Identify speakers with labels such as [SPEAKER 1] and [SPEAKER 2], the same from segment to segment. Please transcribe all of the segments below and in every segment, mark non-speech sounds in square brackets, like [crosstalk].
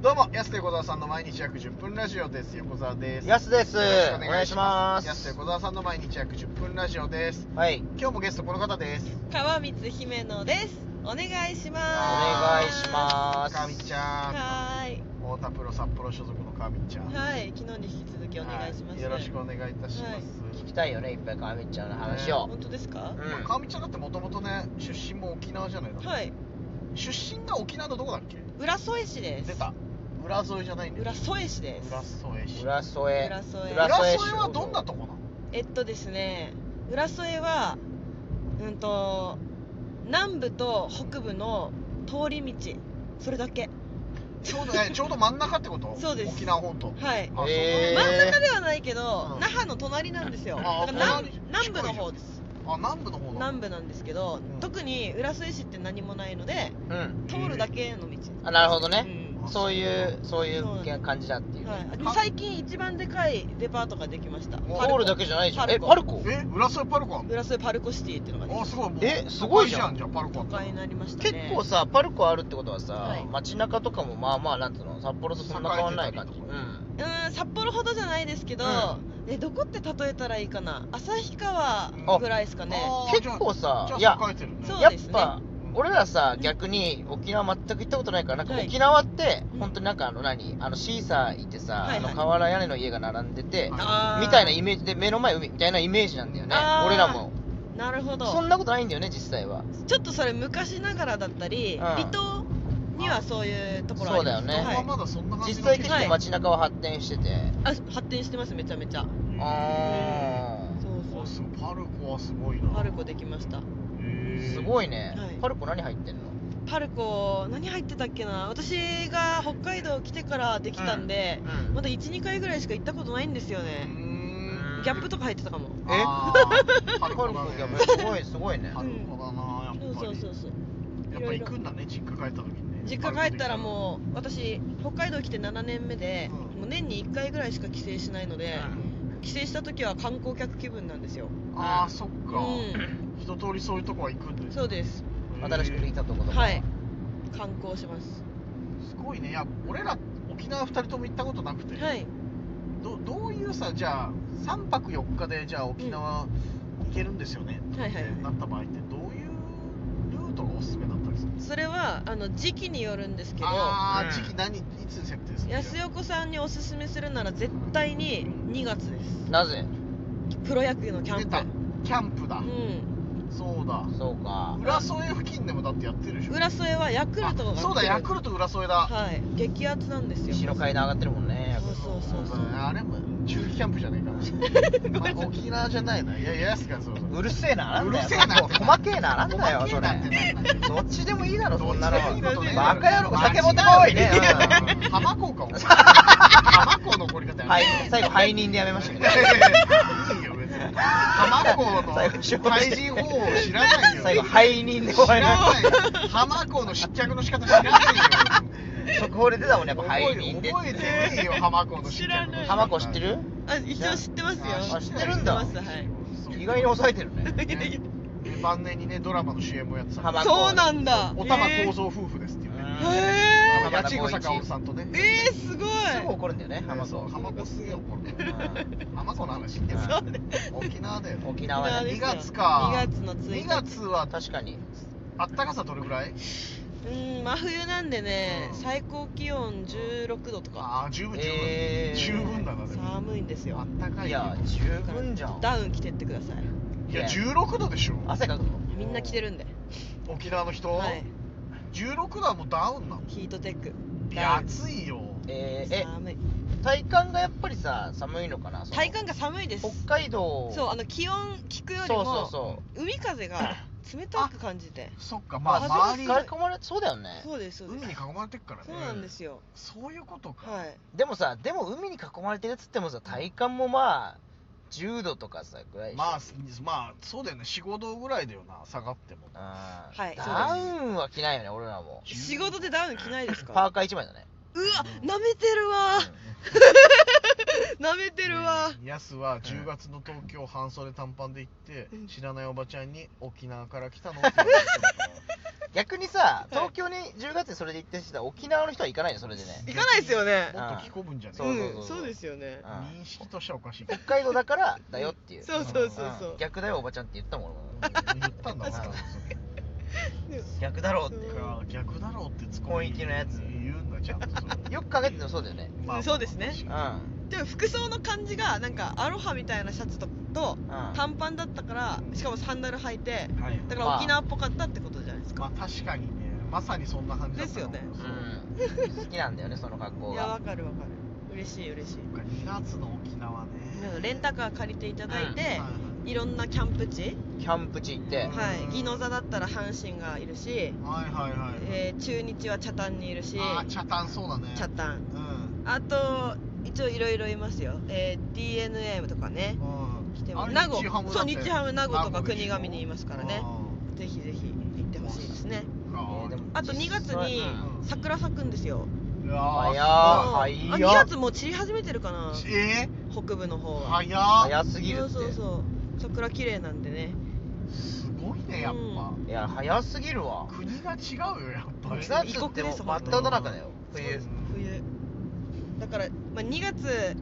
[SPEAKER 1] どうも、安手小沢さんの毎日約10分ラジオです。横澤です。
[SPEAKER 2] やすです。
[SPEAKER 1] よ
[SPEAKER 2] お
[SPEAKER 1] ろしく
[SPEAKER 2] 願いします。
[SPEAKER 1] 安手小沢さんの毎日約10分ラジオです。
[SPEAKER 2] はい。
[SPEAKER 1] 今日もゲストこの方です。
[SPEAKER 3] 川光姫野です。お願いしま
[SPEAKER 2] お願い
[SPEAKER 3] す。
[SPEAKER 2] します。
[SPEAKER 1] かみちゃ
[SPEAKER 3] はーい。
[SPEAKER 1] ん、太田プロ札幌所属のかみちゃん。
[SPEAKER 3] はい、昨日に引き続きお願いします。
[SPEAKER 1] はよろしくお願いいたします。
[SPEAKER 3] はい
[SPEAKER 2] 聞きたいよね、いっぱいかみちゃんの話を。
[SPEAKER 3] 本当ですか？
[SPEAKER 2] う
[SPEAKER 1] まあ
[SPEAKER 2] ん
[SPEAKER 1] かみちゃんだってもともとね、出身も沖縄じゃないの、
[SPEAKER 3] はい。
[SPEAKER 1] 出身が沖縄のどこだっけ
[SPEAKER 3] 浦添市です。
[SPEAKER 1] 出た。浦添じゃないんだよ。
[SPEAKER 3] 浦添市です。
[SPEAKER 1] 浦添市。
[SPEAKER 2] 浦添。
[SPEAKER 3] 浦添
[SPEAKER 1] 浦添
[SPEAKER 2] 市
[SPEAKER 1] はどんなとこなの
[SPEAKER 3] えっとですね、浦添はうんと南部と北部の通り道、それだけ。
[SPEAKER 1] ちょうど、えちょうど真ん中ってこと
[SPEAKER 3] そうです
[SPEAKER 1] 沖縄本島。
[SPEAKER 3] はい。
[SPEAKER 1] あ
[SPEAKER 2] へ
[SPEAKER 1] そ
[SPEAKER 2] ー
[SPEAKER 1] う
[SPEAKER 3] 真ん
[SPEAKER 1] だね
[SPEAKER 3] 中ではないけど、
[SPEAKER 1] うん
[SPEAKER 3] 那覇の隣なんですよ。
[SPEAKER 1] あ
[SPEAKER 3] だから
[SPEAKER 1] 隣
[SPEAKER 3] 南南部の方です。
[SPEAKER 1] あ、南部の方だ。
[SPEAKER 3] 南部なんですけど、
[SPEAKER 1] うん
[SPEAKER 3] 特に浦添市って何もないので
[SPEAKER 2] うん。
[SPEAKER 3] 通るだけの道、
[SPEAKER 2] あ、なるほど
[SPEAKER 3] う
[SPEAKER 2] ね。
[SPEAKER 3] ん
[SPEAKER 1] あ
[SPEAKER 2] そういう、そうい
[SPEAKER 3] そうなんです
[SPEAKER 2] う感じだっていう。
[SPEAKER 3] はい、でも最近一番でかいデパートができました
[SPEAKER 1] お
[SPEAKER 3] パル
[SPEAKER 2] ホー
[SPEAKER 3] コ
[SPEAKER 2] ルだけじゃないでしょ。え、パ
[SPEAKER 3] パ
[SPEAKER 2] ル
[SPEAKER 3] ル
[SPEAKER 2] コ
[SPEAKER 1] え浦添パルコあんの
[SPEAKER 3] 浦添パルコシティっていうのがで
[SPEAKER 1] あ
[SPEAKER 3] き
[SPEAKER 1] すごいもう
[SPEAKER 2] えすごいじゃ
[SPEAKER 1] 都
[SPEAKER 2] ん
[SPEAKER 1] 会じゃんパルコ
[SPEAKER 3] 都
[SPEAKER 1] あったら
[SPEAKER 3] 会になりましたね
[SPEAKER 2] 結構さ、パルコあるってことは
[SPEAKER 3] は
[SPEAKER 2] さ
[SPEAKER 3] い、
[SPEAKER 2] 街中とかもまあまあ、なんつうの、札幌とそんな変わんない感じ。
[SPEAKER 1] 栄え
[SPEAKER 2] う
[SPEAKER 1] て
[SPEAKER 2] ん。
[SPEAKER 3] うん札幌ほどじゃないですけど、えどこって例えたらいいかな旭川ぐらいですかね
[SPEAKER 1] あー
[SPEAKER 2] 結構さ
[SPEAKER 1] じゃあ
[SPEAKER 2] いや
[SPEAKER 1] じゃあ栄えてるね
[SPEAKER 3] そう
[SPEAKER 2] やっ
[SPEAKER 3] ですね
[SPEAKER 2] ぱ、俺らさ、逆に沖縄全く行ったことないから、なんか
[SPEAKER 3] はい
[SPEAKER 2] 沖縄って、
[SPEAKER 3] うん
[SPEAKER 2] 本当になんかあの何、あのシーサー行ってさ、
[SPEAKER 3] はい
[SPEAKER 2] あ
[SPEAKER 3] はい
[SPEAKER 2] の瓦屋根の家が並んでて、
[SPEAKER 1] はい
[SPEAKER 3] あー
[SPEAKER 2] みたいなイメージで、目の前海みたいなイメージなんだよね
[SPEAKER 3] あ、ー
[SPEAKER 2] 俺らも。
[SPEAKER 3] なるほど
[SPEAKER 2] そんなことないんだよね、実際は。
[SPEAKER 3] ちょっとそれ昔ながらだったり、
[SPEAKER 2] うん
[SPEAKER 3] 離島にはそういうところあります
[SPEAKER 2] そうだよね
[SPEAKER 3] は
[SPEAKER 1] まあ
[SPEAKER 3] い、
[SPEAKER 1] まだそんな感じ
[SPEAKER 2] 実際結
[SPEAKER 3] は
[SPEAKER 2] 構
[SPEAKER 3] い
[SPEAKER 2] 街中は発展してて。
[SPEAKER 3] あ発展してますめちゃめちゃ
[SPEAKER 2] あ
[SPEAKER 3] そうそう
[SPEAKER 1] あすごいパルコはすごいな
[SPEAKER 3] パルコできました
[SPEAKER 2] ーす
[SPEAKER 1] い
[SPEAKER 2] ごいね
[SPEAKER 3] はい。
[SPEAKER 2] パルコ何入ってんの
[SPEAKER 3] パルコ何入ってたっけな私が北海道来てからできたんで、
[SPEAKER 2] うん
[SPEAKER 3] まだ12回ぐらいしか行ったことないんですよね、
[SPEAKER 2] うん
[SPEAKER 3] ギャップとか入ってたかも、
[SPEAKER 2] え
[SPEAKER 1] パ
[SPEAKER 2] [laughs] パ
[SPEAKER 1] ル
[SPEAKER 2] ル
[SPEAKER 1] コ
[SPEAKER 2] コ
[SPEAKER 1] だね
[SPEAKER 2] ギャップすごい、すごい
[SPEAKER 3] [laughs]
[SPEAKER 2] ね
[SPEAKER 1] パ。ルコだなやっぱり
[SPEAKER 3] そうそうそうそう
[SPEAKER 1] やっぱ行くんだね実家帰った時にね
[SPEAKER 3] 実家帰ったらもう私北海道来て7年目で、
[SPEAKER 1] うん
[SPEAKER 3] もう年に1回ぐらいしか帰省しないので、帰省した時は観光客気分なんですよ、
[SPEAKER 1] ああそっか
[SPEAKER 3] う
[SPEAKER 1] 一通りそういうとこは行くんだよ
[SPEAKER 3] ん、そうです
[SPEAKER 2] 新しくできたとことか。
[SPEAKER 3] はい観光します
[SPEAKER 1] すごいねいや俺ら沖縄二人とも行ったことなくて
[SPEAKER 3] はい
[SPEAKER 1] どどういうさじゃあ3泊4日でじゃあ沖縄行けるんですよね、
[SPEAKER 3] はいはいはい
[SPEAKER 1] ってなった場合ってどういうルートがおすすめだったりするんです
[SPEAKER 3] それはあの時期によるんですけど
[SPEAKER 1] ああ
[SPEAKER 2] うん
[SPEAKER 1] 時期何いつ設定する
[SPEAKER 3] 安横さんにおすすめするなら絶対に2月です
[SPEAKER 2] なぜ
[SPEAKER 3] プロ野球のキャ
[SPEAKER 1] 出
[SPEAKER 3] ン
[SPEAKER 1] た
[SPEAKER 3] プ
[SPEAKER 1] キャンプだ、
[SPEAKER 3] うん
[SPEAKER 1] そうだ
[SPEAKER 2] そうか。
[SPEAKER 1] 浦添付近でもだってやってるでしょ
[SPEAKER 3] 浦添はヤクルトが
[SPEAKER 1] あそうだヤクルト浦添だ、
[SPEAKER 3] はい激アツなんですよ
[SPEAKER 2] 石の階段上がってるもんね。
[SPEAKER 3] そうそうそうそう
[SPEAKER 1] だねあれも中期キャンプじゃないか
[SPEAKER 3] [laughs]
[SPEAKER 1] なまあ沖縄じゃないないやいや安がそうそう
[SPEAKER 2] うるせえな、なんだよ
[SPEAKER 1] うるせえなって
[SPEAKER 2] 細けえな、なんだよ、
[SPEAKER 1] 細けえ
[SPEAKER 2] そ
[SPEAKER 1] なって
[SPEAKER 2] れ。どっちでもいいだろ、そんなの。
[SPEAKER 1] どっちでもいいことね
[SPEAKER 2] バカ野郎、お酒持ってこいね。
[SPEAKER 1] 浜子かお前
[SPEAKER 2] [laughs]
[SPEAKER 1] 浜子の怒り方
[SPEAKER 2] う
[SPEAKER 1] や
[SPEAKER 2] ん
[SPEAKER 1] め
[SPEAKER 2] はい、最後、背任でやめましたけ
[SPEAKER 1] い
[SPEAKER 2] ど
[SPEAKER 1] や。いやいいよ別に浜子の対人方法を知らないよ
[SPEAKER 2] 最後、背任で
[SPEAKER 1] 知ら
[SPEAKER 2] 終わり
[SPEAKER 1] な
[SPEAKER 2] ま
[SPEAKER 1] い
[SPEAKER 2] し
[SPEAKER 1] よ浜子の失脚の仕方知らないよ
[SPEAKER 2] た。速報で出たもんね、やっぱ背
[SPEAKER 1] 覚
[SPEAKER 2] 任
[SPEAKER 1] え
[SPEAKER 2] で。
[SPEAKER 1] 覚えてねえよ浜子の失脚の仕方
[SPEAKER 2] 浜子知ってる
[SPEAKER 3] あ一応知ってますよ
[SPEAKER 1] あ
[SPEAKER 2] 知ってるんだ
[SPEAKER 3] 知ってますはい
[SPEAKER 1] そう
[SPEAKER 2] 意外に抑えてるね。
[SPEAKER 1] で晩年にねドラマの CM をやってた
[SPEAKER 2] 浜子
[SPEAKER 3] [laughs] そうなんだ
[SPEAKER 1] おたま
[SPEAKER 3] へ
[SPEAKER 1] 構造夫婦ですっていうね
[SPEAKER 2] うん
[SPEAKER 3] え
[SPEAKER 1] 八千草薫さんとね
[SPEAKER 3] ーえーすごい
[SPEAKER 2] すぐ怒るんだよね、浜
[SPEAKER 1] そう
[SPEAKER 2] 子。
[SPEAKER 1] 浜子すげえ怒る
[SPEAKER 2] うん
[SPEAKER 1] 浜子の話してる
[SPEAKER 2] そう
[SPEAKER 1] 沖縄だよね
[SPEAKER 2] 沖縄ね。
[SPEAKER 1] 2月か
[SPEAKER 3] 2月の1日
[SPEAKER 1] 2月は
[SPEAKER 2] 確かに。
[SPEAKER 1] あったかさどれぐらい
[SPEAKER 3] うん真冬なんでね
[SPEAKER 1] うん
[SPEAKER 3] 最高気温16度とか
[SPEAKER 1] ああ十分十分、
[SPEAKER 2] えー
[SPEAKER 1] 十分だなでも
[SPEAKER 3] 寒いんです
[SPEAKER 1] あ
[SPEAKER 3] よ
[SPEAKER 1] ったかい
[SPEAKER 2] いや、十分じゃん。
[SPEAKER 3] ダウン着てってください
[SPEAKER 1] いや16度でしょ
[SPEAKER 2] 汗かくの
[SPEAKER 3] みんな着てるんで
[SPEAKER 1] 沖縄の人、
[SPEAKER 3] はい
[SPEAKER 1] 16度はもうダウンなの
[SPEAKER 3] ヒートテック
[SPEAKER 1] いや
[SPEAKER 3] ダウン
[SPEAKER 1] 暑いよ
[SPEAKER 2] えーえ、
[SPEAKER 3] 寒い
[SPEAKER 2] 体感がやっぱりさ、寒いのかなその
[SPEAKER 3] 体感が寒いです
[SPEAKER 2] 北海道。
[SPEAKER 3] そうあの気温聞くより
[SPEAKER 2] そう
[SPEAKER 3] も
[SPEAKER 2] そうそう。
[SPEAKER 3] 海風が冷たく感じて
[SPEAKER 1] そっかまあ
[SPEAKER 3] 風が
[SPEAKER 1] 周り
[SPEAKER 2] 疲れ込まれそうだよね
[SPEAKER 3] そうですそう
[SPEAKER 1] 海
[SPEAKER 3] で
[SPEAKER 1] に
[SPEAKER 3] す
[SPEAKER 1] 囲まれてるからね
[SPEAKER 3] そうなんですよ
[SPEAKER 1] そういうことか、
[SPEAKER 3] はい
[SPEAKER 2] でもさでも海に囲まれてるっつってもさ体感もまあ10度とかさぐらいでしょ
[SPEAKER 1] まあすまあそうだよね45度ぐらいだよな下がっても
[SPEAKER 2] あー
[SPEAKER 3] はい
[SPEAKER 2] ダウンは着ないよね俺らも
[SPEAKER 3] 仕事でダウン着ないです
[SPEAKER 2] パー
[SPEAKER 3] か
[SPEAKER 2] カー1枚だね
[SPEAKER 3] うわなめてるわなめてるわ
[SPEAKER 1] ヤスは10月の東京半袖短パンで行って、
[SPEAKER 3] うん
[SPEAKER 1] 知らないおばちゃんに沖縄から来たのって言われてたから
[SPEAKER 2] 逆にさ東京に10月にそれで行ってたら沖縄の人は行かないよそれでね
[SPEAKER 3] [laughs] 行かないですよね
[SPEAKER 1] もっと着込むんじゃね
[SPEAKER 2] そうそう
[SPEAKER 1] え
[SPEAKER 2] そう
[SPEAKER 3] うん、そうですよね
[SPEAKER 2] うん
[SPEAKER 1] 認識としてはおかしいけ
[SPEAKER 2] 北
[SPEAKER 1] ど
[SPEAKER 2] 海道だからだよっていう
[SPEAKER 3] そうそうそうそ
[SPEAKER 2] ん
[SPEAKER 3] う
[SPEAKER 2] 逆だよおばちゃんって言ったもん俺も
[SPEAKER 1] 言ったんだな
[SPEAKER 2] 確かに
[SPEAKER 1] そ
[SPEAKER 3] で
[SPEAKER 2] 逆だろうっ
[SPEAKER 1] っか逆だろうって突っ
[SPEAKER 2] 本
[SPEAKER 1] 込
[SPEAKER 2] 域のやつ
[SPEAKER 1] 言うんだちゃんとそれ
[SPEAKER 2] てよく考えててもそうだよね
[SPEAKER 3] うんそうですね
[SPEAKER 2] うん
[SPEAKER 1] まあ
[SPEAKER 3] でも服装の感じがなんかアロハみたいなシャツとと
[SPEAKER 2] うん
[SPEAKER 3] 短パンだったからしかもサンダル履いて
[SPEAKER 1] はい
[SPEAKER 3] だから沖縄っぽかったってことじゃないですか
[SPEAKER 1] まあ確かにねまさにそんな感じだったかも
[SPEAKER 3] ですよね
[SPEAKER 2] うん好きなんだよねその格好
[SPEAKER 3] いやわ
[SPEAKER 2] が
[SPEAKER 3] かるわかる嬉しい嬉しい
[SPEAKER 1] そう2月の沖縄ね
[SPEAKER 3] なんかレンタカー借りていただいて、
[SPEAKER 1] はいはい
[SPEAKER 3] いろんなキャンプ地、
[SPEAKER 2] キャンプ地行って
[SPEAKER 1] うん
[SPEAKER 3] はい、宜野座だったら阪神がいるし、
[SPEAKER 1] はいはいはい
[SPEAKER 3] えー中日は北谷にいるし
[SPEAKER 1] ああチャタンそうだね
[SPEAKER 3] 北谷
[SPEAKER 1] うん
[SPEAKER 3] あと一応いろいろいますよ、えー DNA とかね
[SPEAKER 1] うん
[SPEAKER 3] 来て
[SPEAKER 1] あ
[SPEAKER 3] ます
[SPEAKER 1] れ
[SPEAKER 3] 名護
[SPEAKER 1] 日ハムだ
[SPEAKER 3] そ
[SPEAKER 1] っ
[SPEAKER 3] う
[SPEAKER 1] て
[SPEAKER 3] 日ハム名護と
[SPEAKER 1] 名
[SPEAKER 3] か
[SPEAKER 1] 護でしょ
[SPEAKER 3] 国頭にいますからね
[SPEAKER 1] うん
[SPEAKER 3] ぜひぜひ行ってほしいですね
[SPEAKER 1] あ
[SPEAKER 2] えーでも
[SPEAKER 3] あと2月に
[SPEAKER 1] うん
[SPEAKER 3] 桜咲くんですよ
[SPEAKER 1] いやー
[SPEAKER 2] 早
[SPEAKER 1] す
[SPEAKER 2] ー
[SPEAKER 1] ごい
[SPEAKER 3] もう
[SPEAKER 2] 早い
[SPEAKER 3] あ2月もう散り始めてるかな
[SPEAKER 1] え
[SPEAKER 3] 北部の方
[SPEAKER 1] ー、
[SPEAKER 3] は
[SPEAKER 1] 早っ
[SPEAKER 2] 早すぎる
[SPEAKER 3] そ
[SPEAKER 2] っ
[SPEAKER 3] う
[SPEAKER 2] て
[SPEAKER 3] そうそう桜綺麗なんでね
[SPEAKER 1] すごいねやっぱ、
[SPEAKER 2] いや早すぎるわ
[SPEAKER 1] 国が違うよやっぱり
[SPEAKER 2] 2月
[SPEAKER 3] 異
[SPEAKER 2] っ
[SPEAKER 3] 国
[SPEAKER 2] て
[SPEAKER 3] で
[SPEAKER 2] も
[SPEAKER 3] す
[SPEAKER 2] う真っ只中だよ
[SPEAKER 1] そう
[SPEAKER 2] 冬
[SPEAKER 1] です
[SPEAKER 3] 冬だから、まあ、2月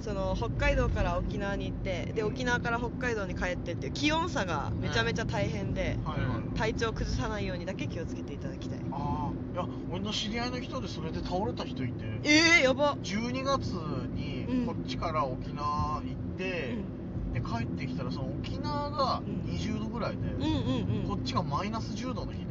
[SPEAKER 3] その北海道から沖縄に行ってで
[SPEAKER 1] うん
[SPEAKER 3] 沖縄から北海道に帰ってっていう気温差がめちゃめちゃ大変で
[SPEAKER 1] はいはい
[SPEAKER 3] 体調崩さないようにだけ気をつけていただきたい
[SPEAKER 1] ああいや俺の知り合いの人でそれで倒れた人いて
[SPEAKER 3] えー、やば、
[SPEAKER 1] 12月にこっちから沖縄行って、で帰ってきたらその沖縄が20度ぐらいで、
[SPEAKER 3] うん、うんうん
[SPEAKER 1] こ
[SPEAKER 3] う
[SPEAKER 1] っちがマイナス10度の日で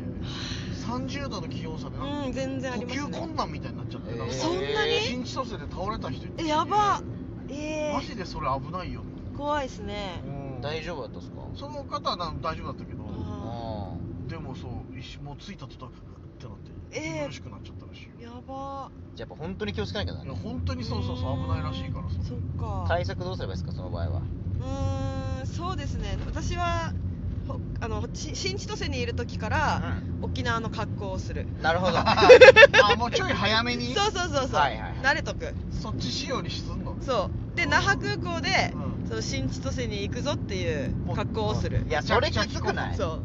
[SPEAKER 1] 30度の気温差でなん
[SPEAKER 3] ん
[SPEAKER 1] か
[SPEAKER 3] うん全然あり
[SPEAKER 1] 呼
[SPEAKER 3] ます
[SPEAKER 1] 吸
[SPEAKER 3] ね
[SPEAKER 1] 困難みたいになっちゃって、
[SPEAKER 2] えー
[SPEAKER 1] なんか
[SPEAKER 3] そんなに
[SPEAKER 1] 一日蘇生で倒れた人いて
[SPEAKER 3] えやばえ
[SPEAKER 1] マジでそれ危ないよね、
[SPEAKER 3] ー、怖いですね
[SPEAKER 2] 大丈夫だったっすか
[SPEAKER 1] その方はなん大丈夫だったけど
[SPEAKER 3] あ
[SPEAKER 2] あ
[SPEAKER 1] でもそう一瞬もう着いた途端ふってなって
[SPEAKER 3] えー
[SPEAKER 1] 苦しくなっちゃったらしいよ
[SPEAKER 3] ーや
[SPEAKER 2] ー
[SPEAKER 3] ば
[SPEAKER 2] じゃあやっぱ本当に気をつけなきゃない
[SPEAKER 1] や本当にそうそうそう危ないらしいからさ
[SPEAKER 3] そっか
[SPEAKER 2] 対策どうすればいいですかその場合は
[SPEAKER 3] うーんそうですね私はほあのし新千歳にいる時から沖縄の格好をする
[SPEAKER 2] な [laughs] るほど
[SPEAKER 1] あもうちょい早めに
[SPEAKER 3] そうそうそうそう、
[SPEAKER 2] はいはいはい
[SPEAKER 3] 慣れとく
[SPEAKER 1] そっち仕様にすんの
[SPEAKER 3] そうで那覇空港で、
[SPEAKER 1] う
[SPEAKER 3] その新千歳に行くぞっていう格好をする
[SPEAKER 2] いやそれきつくない
[SPEAKER 3] そ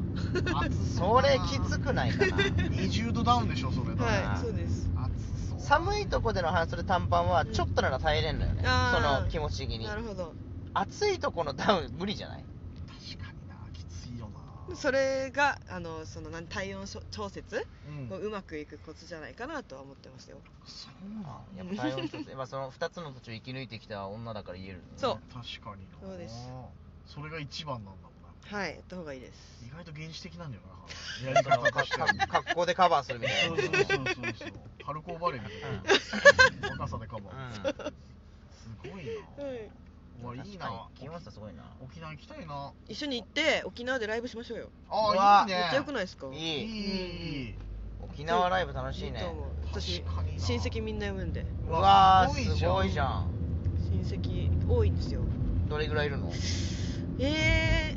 [SPEAKER 1] 暑
[SPEAKER 2] そう
[SPEAKER 1] だ
[SPEAKER 2] れ
[SPEAKER 1] な
[SPEAKER 2] きつくないかな
[SPEAKER 1] 20度ダウンでしょそれ
[SPEAKER 3] う
[SPEAKER 1] だ、
[SPEAKER 3] はいそうです
[SPEAKER 1] 暑そう
[SPEAKER 2] 寒いとこでの半袖短パンはちょっとなら耐えれんのよね、
[SPEAKER 3] あー
[SPEAKER 2] その気持ち的に
[SPEAKER 3] なるほど
[SPEAKER 2] 暑いとこのダウン無理じゃない
[SPEAKER 1] 確かになきついよな
[SPEAKER 3] それがあのそのなん体温しょ調節
[SPEAKER 1] うん
[SPEAKER 3] をうまくいくコツじゃないかなとは思ってますよ
[SPEAKER 1] そうなん
[SPEAKER 2] やっぱ体温調整 [laughs] まあその2つの途中生き抜いてきた女だから言える、ね、
[SPEAKER 3] そう
[SPEAKER 1] 確かにな
[SPEAKER 3] そうです
[SPEAKER 1] それが一番なんだもんな
[SPEAKER 3] はいやった方がいいです
[SPEAKER 1] 意外と原始的なんだよなやり方と [laughs] して
[SPEAKER 2] か格好でカバーするみたい
[SPEAKER 1] そう
[SPEAKER 2] な
[SPEAKER 1] そうそうそうそう春高バレーみたいな若さでかも
[SPEAKER 2] う
[SPEAKER 1] すごいな
[SPEAKER 3] はい、
[SPEAKER 1] うわ
[SPEAKER 2] ん、
[SPEAKER 1] いいな
[SPEAKER 2] 気温差すごいな
[SPEAKER 1] 沖縄行きたいな
[SPEAKER 3] 一緒に行って沖縄でライブしましょうよ
[SPEAKER 2] う
[SPEAKER 1] あ
[SPEAKER 2] わ
[SPEAKER 1] あいい
[SPEAKER 3] めっ
[SPEAKER 1] ね
[SPEAKER 3] ちゃよくないですか
[SPEAKER 2] い
[SPEAKER 1] いい
[SPEAKER 2] い
[SPEAKER 1] いい
[SPEAKER 2] 沖縄ライブ楽しいね
[SPEAKER 3] と思う私
[SPEAKER 1] 確かにな
[SPEAKER 3] 親戚みんな呼ぶんで
[SPEAKER 2] うわー
[SPEAKER 1] い
[SPEAKER 2] すごいじゃん
[SPEAKER 3] 親戚多いんですよ
[SPEAKER 2] どれぐらいいるの
[SPEAKER 3] え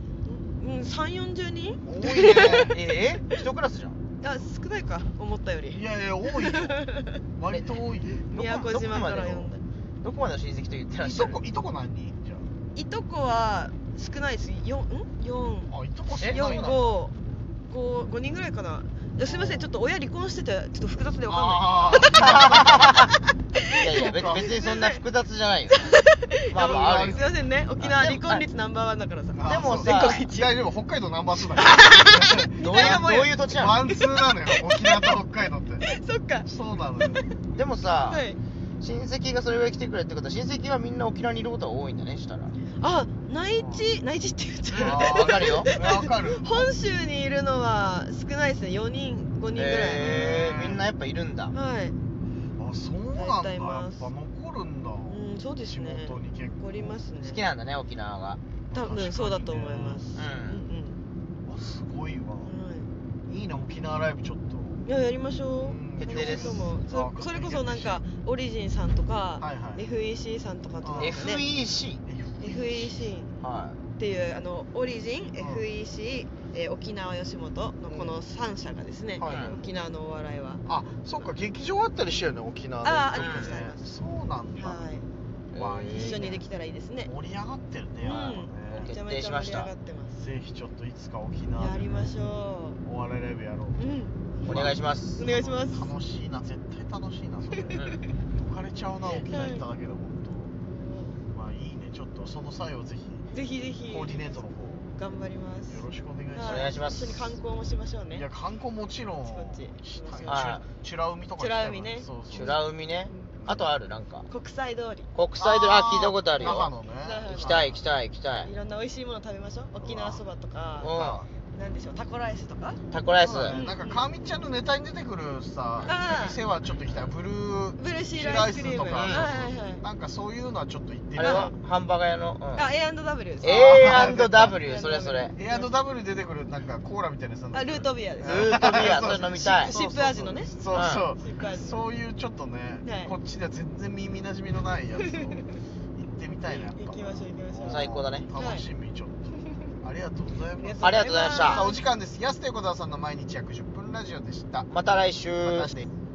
[SPEAKER 3] ー、うん3 4 0人
[SPEAKER 1] 多いね
[SPEAKER 2] ええ一クラスじゃん
[SPEAKER 3] あ少ないか思ったよ
[SPEAKER 1] い
[SPEAKER 3] り
[SPEAKER 1] やいや多い
[SPEAKER 3] [laughs]
[SPEAKER 1] よ割と多い
[SPEAKER 2] どこ
[SPEAKER 3] 宮古島から呼んだ
[SPEAKER 2] どこまでの親戚と言ってらっ
[SPEAKER 1] い
[SPEAKER 2] しゃ
[SPEAKER 1] と
[SPEAKER 2] る
[SPEAKER 1] こいとこ何人じゃ
[SPEAKER 3] いとこは少ないです4ん四
[SPEAKER 1] ああいとこ少ないな
[SPEAKER 3] 四五五五人ぐらいかないやすみませんちょっと親離婚しててちょっと複雑でわかんない
[SPEAKER 1] あー
[SPEAKER 2] いやいや
[SPEAKER 1] そうか
[SPEAKER 2] 別別にそんな複雑じ [laughs] ゃないよまあまあある
[SPEAKER 3] す
[SPEAKER 2] よ
[SPEAKER 3] みませんね沖縄離婚率ナンバーワンだからさ [laughs]
[SPEAKER 1] あー
[SPEAKER 2] でも
[SPEAKER 1] そう
[SPEAKER 2] さ
[SPEAKER 1] 大丈夫北海道ナンバー2だか [laughs]
[SPEAKER 2] どう
[SPEAKER 3] みたい
[SPEAKER 2] いう
[SPEAKER 3] な
[SPEAKER 2] ど
[SPEAKER 3] も
[SPEAKER 2] うん
[SPEAKER 3] よ
[SPEAKER 2] いう土地
[SPEAKER 1] ら
[SPEAKER 2] な
[SPEAKER 1] ワンツーなのよ沖縄と北海道って
[SPEAKER 3] そっか
[SPEAKER 1] そうな
[SPEAKER 3] [laughs]
[SPEAKER 1] のよ
[SPEAKER 2] のでもさ、
[SPEAKER 3] はい
[SPEAKER 2] 親戚がそれぐらい来てくれってことは親戚はみんな沖縄にいることが多いんだねしたら
[SPEAKER 3] あ内地内地って言っち
[SPEAKER 1] あ
[SPEAKER 3] ゃう
[SPEAKER 1] ー
[SPEAKER 2] わかるよ
[SPEAKER 1] いやわかる
[SPEAKER 3] 本州にいるのは少ないですね4人5人ぐらい、
[SPEAKER 2] えーみんなやっぱいるんだ
[SPEAKER 3] はい
[SPEAKER 1] あそうなん
[SPEAKER 3] 大
[SPEAKER 1] だ
[SPEAKER 3] 体
[SPEAKER 1] や
[SPEAKER 3] い
[SPEAKER 1] っぱ
[SPEAKER 3] ます
[SPEAKER 1] 残るんだ
[SPEAKER 3] うんそうですね
[SPEAKER 1] 地元に結構
[SPEAKER 3] 残りますね
[SPEAKER 2] 好きなんだね沖縄が
[SPEAKER 3] 多分そうだと思います
[SPEAKER 2] 確かに
[SPEAKER 1] あすごいわ
[SPEAKER 3] うんうん、はい
[SPEAKER 1] いいな沖縄ライブちょっと
[SPEAKER 3] いややりましょ
[SPEAKER 1] うん
[SPEAKER 3] う
[SPEAKER 2] 決定です
[SPEAKER 3] やりましょう
[SPEAKER 1] あ
[SPEAKER 3] そ
[SPEAKER 1] 確
[SPEAKER 3] それこそ
[SPEAKER 1] 認
[SPEAKER 3] なんかオリジンさんとか、
[SPEAKER 1] はいはい
[SPEAKER 3] FEC さんとか
[SPEAKER 1] あ
[SPEAKER 3] とか
[SPEAKER 1] ー
[SPEAKER 3] ですね
[SPEAKER 2] FEC
[SPEAKER 3] FEC
[SPEAKER 2] は
[SPEAKER 3] っていうあのオリジン、
[SPEAKER 1] ん
[SPEAKER 3] FEC、えー沖縄吉本のこの3社がですね、
[SPEAKER 1] はいはい
[SPEAKER 3] 沖縄のお笑いは、
[SPEAKER 1] あそっか劇場あったりしてよね沖縄
[SPEAKER 2] ー
[SPEAKER 3] あああ
[SPEAKER 2] いい
[SPEAKER 3] り
[SPEAKER 2] ね
[SPEAKER 3] ますあります、
[SPEAKER 1] そうなんだ
[SPEAKER 3] はいい、
[SPEAKER 1] わあいいね
[SPEAKER 3] 一緒にできたらいいですね
[SPEAKER 1] 盛り上がってるね
[SPEAKER 3] うん
[SPEAKER 1] やっぱねね
[SPEAKER 3] めち
[SPEAKER 2] 決
[SPEAKER 3] ゃめ
[SPEAKER 2] 定
[SPEAKER 3] ち
[SPEAKER 2] し
[SPEAKER 3] ゃ
[SPEAKER 2] ま
[SPEAKER 3] 盛り
[SPEAKER 2] し
[SPEAKER 3] 上
[SPEAKER 2] た
[SPEAKER 3] がってます
[SPEAKER 1] ぜひちょっといつか沖縄
[SPEAKER 3] や
[SPEAKER 1] で
[SPEAKER 3] りましょ
[SPEAKER 1] お笑いライブやろう
[SPEAKER 3] ううん
[SPEAKER 2] お願いします
[SPEAKER 3] お願いします
[SPEAKER 1] 楽しいな絶対楽しいなそれ
[SPEAKER 2] うん
[SPEAKER 1] 浮かれちゃうな沖縄行っただけで本当まあいいねちょっとその際をぜひ
[SPEAKER 3] ぜひぜひ
[SPEAKER 1] コーディネートの方
[SPEAKER 3] 頑張ります
[SPEAKER 1] よろしくお願いし
[SPEAKER 3] は
[SPEAKER 1] ま
[SPEAKER 2] お
[SPEAKER 1] す
[SPEAKER 2] 願いします
[SPEAKER 3] 一緒に観光もしましょうね
[SPEAKER 1] いや観光もちろん
[SPEAKER 3] こっち
[SPEAKER 1] したい
[SPEAKER 2] あ
[SPEAKER 1] ちゅ美海とか行きたい
[SPEAKER 3] 美ら海ね
[SPEAKER 1] そうそう
[SPEAKER 2] 美ら海ねあとあるなんか
[SPEAKER 3] 国際通り
[SPEAKER 2] 国際であ
[SPEAKER 1] ー
[SPEAKER 2] 聞いたことあるよ
[SPEAKER 1] 長野ね
[SPEAKER 3] 行
[SPEAKER 2] 行きたい行き
[SPEAKER 1] い
[SPEAKER 2] たい行きたい
[SPEAKER 3] いろんな美味しいもの食べましょう沖縄そばと
[SPEAKER 2] うわ
[SPEAKER 3] かなんでしょうタコライスとか
[SPEAKER 2] タコライス
[SPEAKER 1] そうだね
[SPEAKER 3] ん
[SPEAKER 1] なんか川みちゃんのネタに出てくる
[SPEAKER 3] あ
[SPEAKER 1] さ
[SPEAKER 3] ー
[SPEAKER 1] 店はちょっと行きたいブルー
[SPEAKER 3] ブルーシールアイスクリーム
[SPEAKER 1] シールアイスとか
[SPEAKER 3] はいはいはい
[SPEAKER 1] なんかそういうのはちょっと行ってみ
[SPEAKER 2] あ
[SPEAKER 1] た
[SPEAKER 2] れ
[SPEAKER 1] い
[SPEAKER 2] はハンバーガー屋の、うん
[SPEAKER 3] あ A&W です
[SPEAKER 2] A&W それそれ
[SPEAKER 1] エアドダブル出てくるなんかコーラみたいなやつなんだ
[SPEAKER 3] あ
[SPEAKER 1] けど
[SPEAKER 3] ルートビアです
[SPEAKER 2] ルートビアそれ飲みた
[SPEAKER 1] そうそう
[SPEAKER 2] い
[SPEAKER 1] そう
[SPEAKER 3] シップ味のね
[SPEAKER 1] そうそう
[SPEAKER 3] うんシップ味
[SPEAKER 1] そういうちょっとね、
[SPEAKER 3] はい
[SPEAKER 1] こっちでは全然耳なじみのないやつ
[SPEAKER 3] [laughs]
[SPEAKER 1] を行ってみたいなやっぱ
[SPEAKER 3] 行きましょう行きましょう
[SPEAKER 2] 最高だね
[SPEAKER 1] 楽しみちょっと、ありがとうございます
[SPEAKER 2] ありがとうございました
[SPEAKER 1] さあお時間です安手小沢さんの毎日約10分ラジオでした
[SPEAKER 2] また来週
[SPEAKER 1] また明日